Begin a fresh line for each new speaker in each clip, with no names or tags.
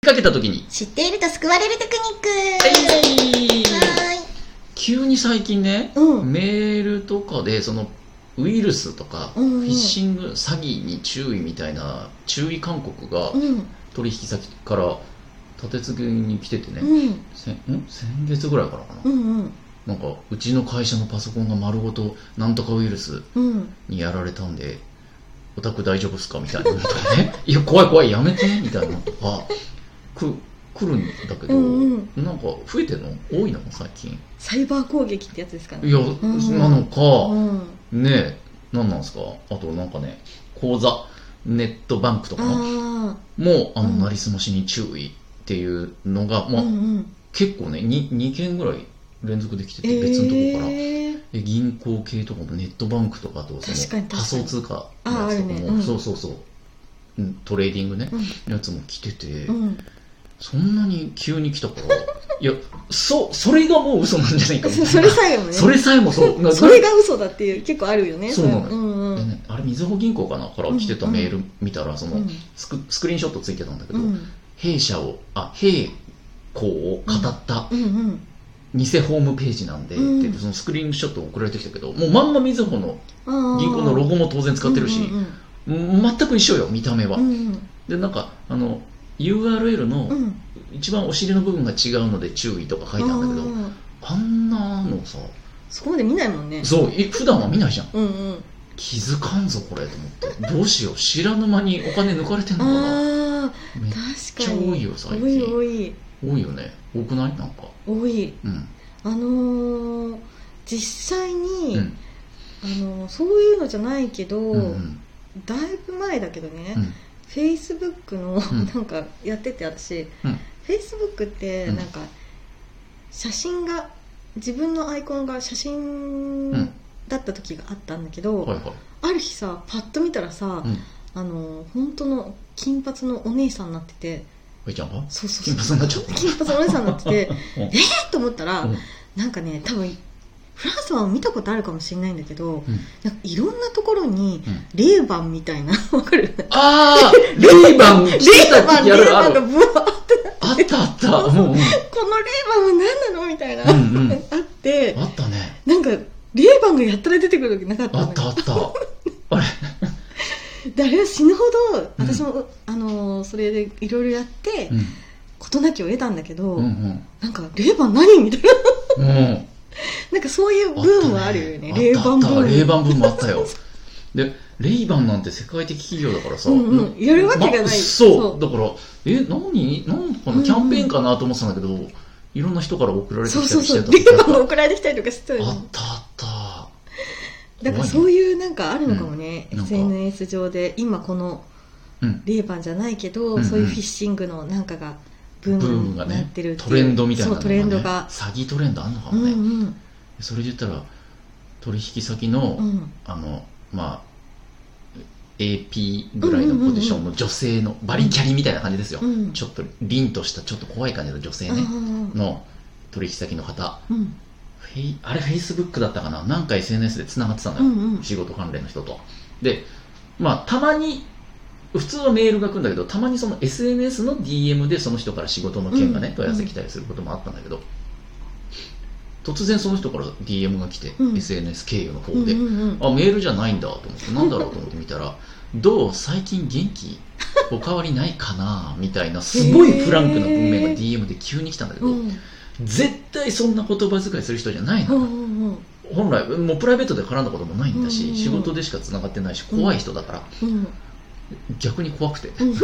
かけた時に。
知っていると救われるテク
え
ニック
い
は
急に最近ね、
うん
メールとかで、その、ウイルスとか、
うんうん
フィッシング詐欺に注意みたいな注意勧告が
ーいうん
取引先から立て付けに来ててね、
うん
せんん先月ぐらいからかな、
うんうん
なんかうちの会社のパソコンが丸ごとなんとかウイルス
うん
にやられたんでオタク大丈夫っすかみたいなのとか ねいや怖い怖いやめてみたいなのとかく来るんだけど、
うん
なんか増えてるの多いの最近
サイバー攻撃ってやつですかね
いや、
ん
なの
う
か、
ん
ねえ何なんですかあとなんかね口座ネットバンクとか
あ
もうあの
うん
なりすましに注意っていうのが、
あう
まあ、
んうん
結構ね 2, 2件ぐらい連続できて
え
て別のとこから、
ー
で銀行系とかもネットバンクとかと
確か
そ
に
の仮想通貨のやつとか
ああるね
も、
うん
そうそうそううんトレーディングね、やつも来てて、
うん
そんなに急に来たからいやそそれがもう嘘なんじゃないかみたい
そ
な
それさえもね
それさえもそうな
それが嘘だっていう結構あるよね
そうなの
うんうん
でねあれみずほ銀行かなから来てたメール見たらその、
うん
スクスクリーンショットついてたんだけ
う
ど、
ん
弊社をあ弊校を語った
うんうん
偽ホームページなんで、
うん
ってそのスクリーンショット送られてきたけどもうまんまみずほの
あー
銀行のロゴも当然使ってるし、
うん
全く一緒よ見た目は、
うんうん
でなんかあの URL
う
の
ん
一番お尻の部分が違うので注意とか書いてあるんだけど
あー
あんなのさ
そこまで見ないもんね
そうい普段は見ないじゃん
うんうん
気づかんぞこれと思ってどうしよう知らぬ間にお金抜かれてんのかな
ああ
めっ
確
ち
か
ゃ多い
に
よ最
多い
近
多い
多いよね多くないなんか
多い
うん
あのー実際に、
うん
あのーそういうのじゃないけど、
うんうん
だいぶ前だけどね、
うん
フェイスブックの
ん
なんかやってて私、
うん
フェイスブックって
うん
なんか写真が自分のアイコンが写
うん
真だった時があったんだけど、
はいはい
ある日さパッと見たらさ、
うん
あのー本当の金髪のお姉さんになってて
えいちゃんが
そうそうそ
金
う
髪になっちゃった
金髪のお姉さんになって て
うん
えっと思ったら、
うん
なんかね多分フランスは見たことあるかもしれないんだけど、
うん
なんかいろんなところに
うん
レーバンみたいな わかる
ああレイバン
レ
着てた
ーバン
時
レ
あ
ー
る
バ
あ
ンが
る
ブワーって
あったあったもうう
このレーバンは何なのみたいな、
んうんうん
あって
あったね
なんかレーバンがやったら出てくる時なかった
あ
のよ
ったあった。あれ
であれは死ぬほど
うん
私も、あのーそれでいろいろやって
うん。
事なきを得たんだけど、
うん
なんかレーバン何みたいな
うん。うん。
なんかそういうブ
あった
ームはあるよねレーバンブ
あったあったレイ
ーム
バンブームあったよ。で、レイバンなんて世界的企業だからさ。
うんうんやるわけがない
ま
そ
そうう。だから、え、何なんか
うんう
なんキャンペーンかなと思ってたんだけど、いろんな人から送られて
そう
きた
そう
りし
そ
て
う
た
レ
時
ー
あ
バンが
っ
送られてきたりとかしてた
た。
よ
あ
ね
ったあった。
だから
怖
そう
いね
いうなんかあるのかもね、
うんなんか
SNS 上で今この
うん
レーバンじゃないけど、
うんうん
そういうフィッシングのなんかがブ
ブー
ーム
ム
に
が
なっ
ね
てるっていう
トレンドみたいなの
そ
が
うト
ね
レンドが、
詐欺トレンドあんのか
う
も
ん
ね、
うん
それで言ったら取引先の、
うん
あのまあ AP ぐらいのポジションの女性のバリキャリみたいな感じですよ、
うん
ちょっと凛としたちょっと怖い感じの女性
あ
ね
ー
の取引先の方
うん
フェイあれフェイスブックだったかななんか SNS でつながってたのよ、
うんうん
仕事関連の人とでまあたまに普通はメールが来るんだけどたまにその SNS の DM でその人から仕事の件がね、
うん
問い合わせ来たりすることもあったんだけど突然その人から DM が来て、
うん
SNS 経由の方
うん
で、
うんうん
あメールじゃないんだと思ってなんだろうと思って見た ら「どう最近元気お変わりないかな?」みたいなすごいフランクな文面が DM で急に来たんだけど、
うん
絶対そんな言葉遣いする人じゃないの
う
よ、
んうん
本来もうプライベートで絡んだこともないんだし、
うん
仕事でしかつながってないし怖い人だから、
うん
逆に怖くて、
うん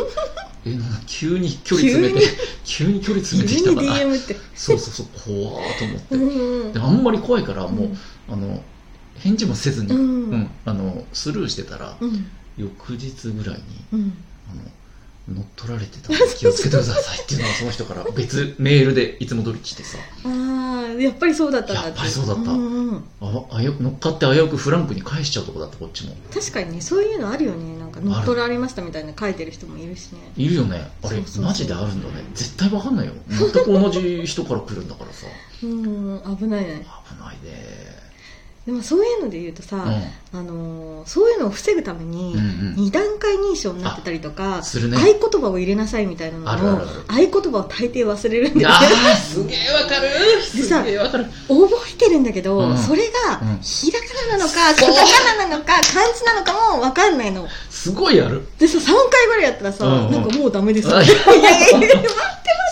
えなんか急に距離詰めて急に距離詰めてき
急
た
に
から
DM って
そうそうそう怖ーと思って、
うん
であんまり怖いからもう、
うん
あの返事もせずに、
うん
うんあのスルーしてたら、
うん
翌日ぐらいに
うん
あの乗っ取られてたんで気をつけてくださいっていうのがその人から別メールでいつも通り来てさ
ああやっぱりそうだったんだて
やっぱりそうだった
んうん
ああよ乗っかって危うくフランクに返しちゃうとこだったこっちも
確かにねそういうのあるよねなんか乗っ取られましたみたいな書いてる人もいるしね
いるよねあれ
そうそうそう
マジであるんだね絶対わかんないよ全く同じ人から来るんだからさ
うん危ないね
危ないね
でもそういうので言うとさ、あのーそういうのを防ぐために
うんうんうん
二段階認証になってたりとか、
するね
合言葉を入れなさいみたいなのを
あるあるある
合言葉を大抵忘れるん
い
ですよ
やーすげえわかる
ですさ
げえわかる
覚えてるんだけど、
うん
それが
うん
ひらがななのか、カタカナなのか漢字なのかも分かんないの
すごいある
でさ3回ぐらいやったらさ、
うんうん
なんかもうダメで す
あい
いやいやいや 待って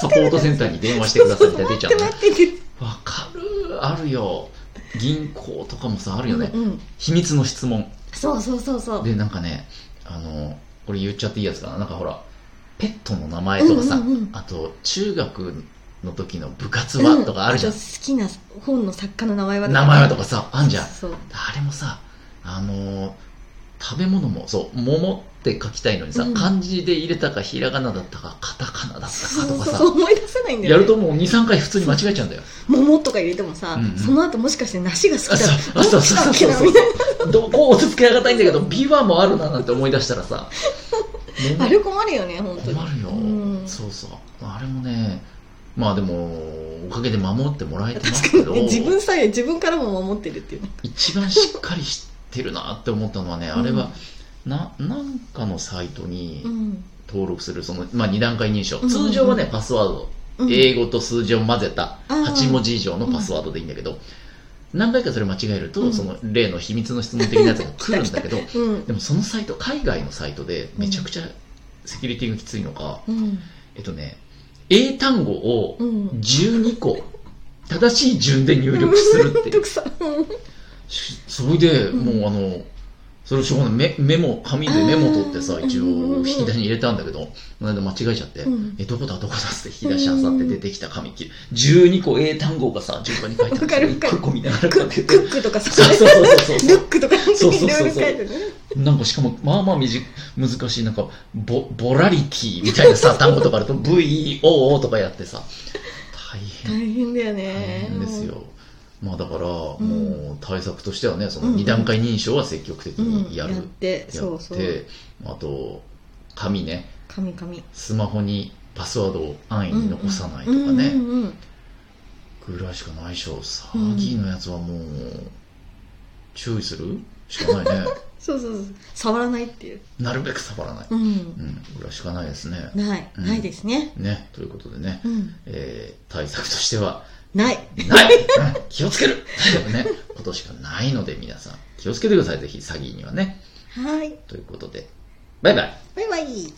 サポートセンターに電話してくださいみたいな出ちゃうね
待って待って
わかるあるよ銀行とかもさあるよね
うんうん、
秘密の質問
そうそうそうそう
でなんかねあのこれ言っちゃっていいやつかななんかほらペットの名前とかさ、
うんうんうん
あと中学の時の部活はとかあるじゃん
う、と好きな本の作家の名前は
名前はとかさあんじゃん
そう
あれもさあのー食べ物もそう桃って書きたいのにさ、
うん
漢字で入れたかひらがなだったかカタカナだったかとかさ
そうそうそう思い出せないんだ
や
よ、ね、
るともう23回普通に間違えちゃうんだよ
桃とか入れてもさ、
うんうん
その後もしかして梨が好き
あ
だ
そうあ
どっ
そう
ち
そう
だっけ
そう
な
そ
み
う
たい
どこを落ち着けなかったいんだけど B1 もあるななんて思い出したらさ
なあ
桃
れ困るよね本当に
困るよ、
うん
そうそうあれもねまあでもおかげで守ってもらえてますけ
確か
ど、
にね自分さえ自分からも守ってるっていうね
一番しっかりしてるなって思ったのはねあれは、ななんかのサイト
う
に
ん
登録するその、まあ、2段階認証
うんうんうん
通常はねパスワード、
うん
英語と数字を混ぜた
あー
8文字以上のパスワードでいいんだけど、何回かそれ間違えると、
うん
その例の秘密の質問的なやつが来るんだ けど
うん
でもそのサイト海外のサイトでめちゃくちゃセキュリティがきついのか、
うん
えっとね英単語を
うん
12個正しい順で入力するって
めん
い
ど
う
くさうん
しそれで
ん
もうあのそれをしょうがないメメモ紙でメモ取ってさ
あー
一応
うんうんう
引き
ん
出しに入れたんだけどこの間間違えちゃって
うん
「えどこだどこだ」って引き出しあさって出てきた紙き12個英単語がさ順番に書いてあ
わかるわか
1
る
個見ながら
ク
書け
ッ
て
クックとかさ
そうそうそうそうそう
ルックとかなんかい
そうそうそうそう
ろいろ書いてるね
なんかしかもまあまあ短難しいなんかボボラリティみたいなさ単語とかあ ると VOO とかやってさ大変
大変だよ
大
ね
変ですよ。まあだから、も
ん
う対策としてはね、その
うんうん
2段階認証は積極的
うん
にや
や
る。や
っ
って
そうそう
あと、紙ね、
紙紙
スマホにパスワードを安易に残さないとか
うん
ね、
うんうん
ぐらいしかないでしょ。サーギーのやつはもう、注意するしかない ね。
そうそうそう触らないっていう
なるべく触らない。
うん
うん、ぐらいしかないですね。
ない
うん
ないですね
ね、ということでね、
うん
えー対策としては、
ない
ない、 うん気をつけるというね、ことしかないので皆さん気をつけてください、ぜひ詐欺にはね。
はい
ということで、バイバイ
バイバイ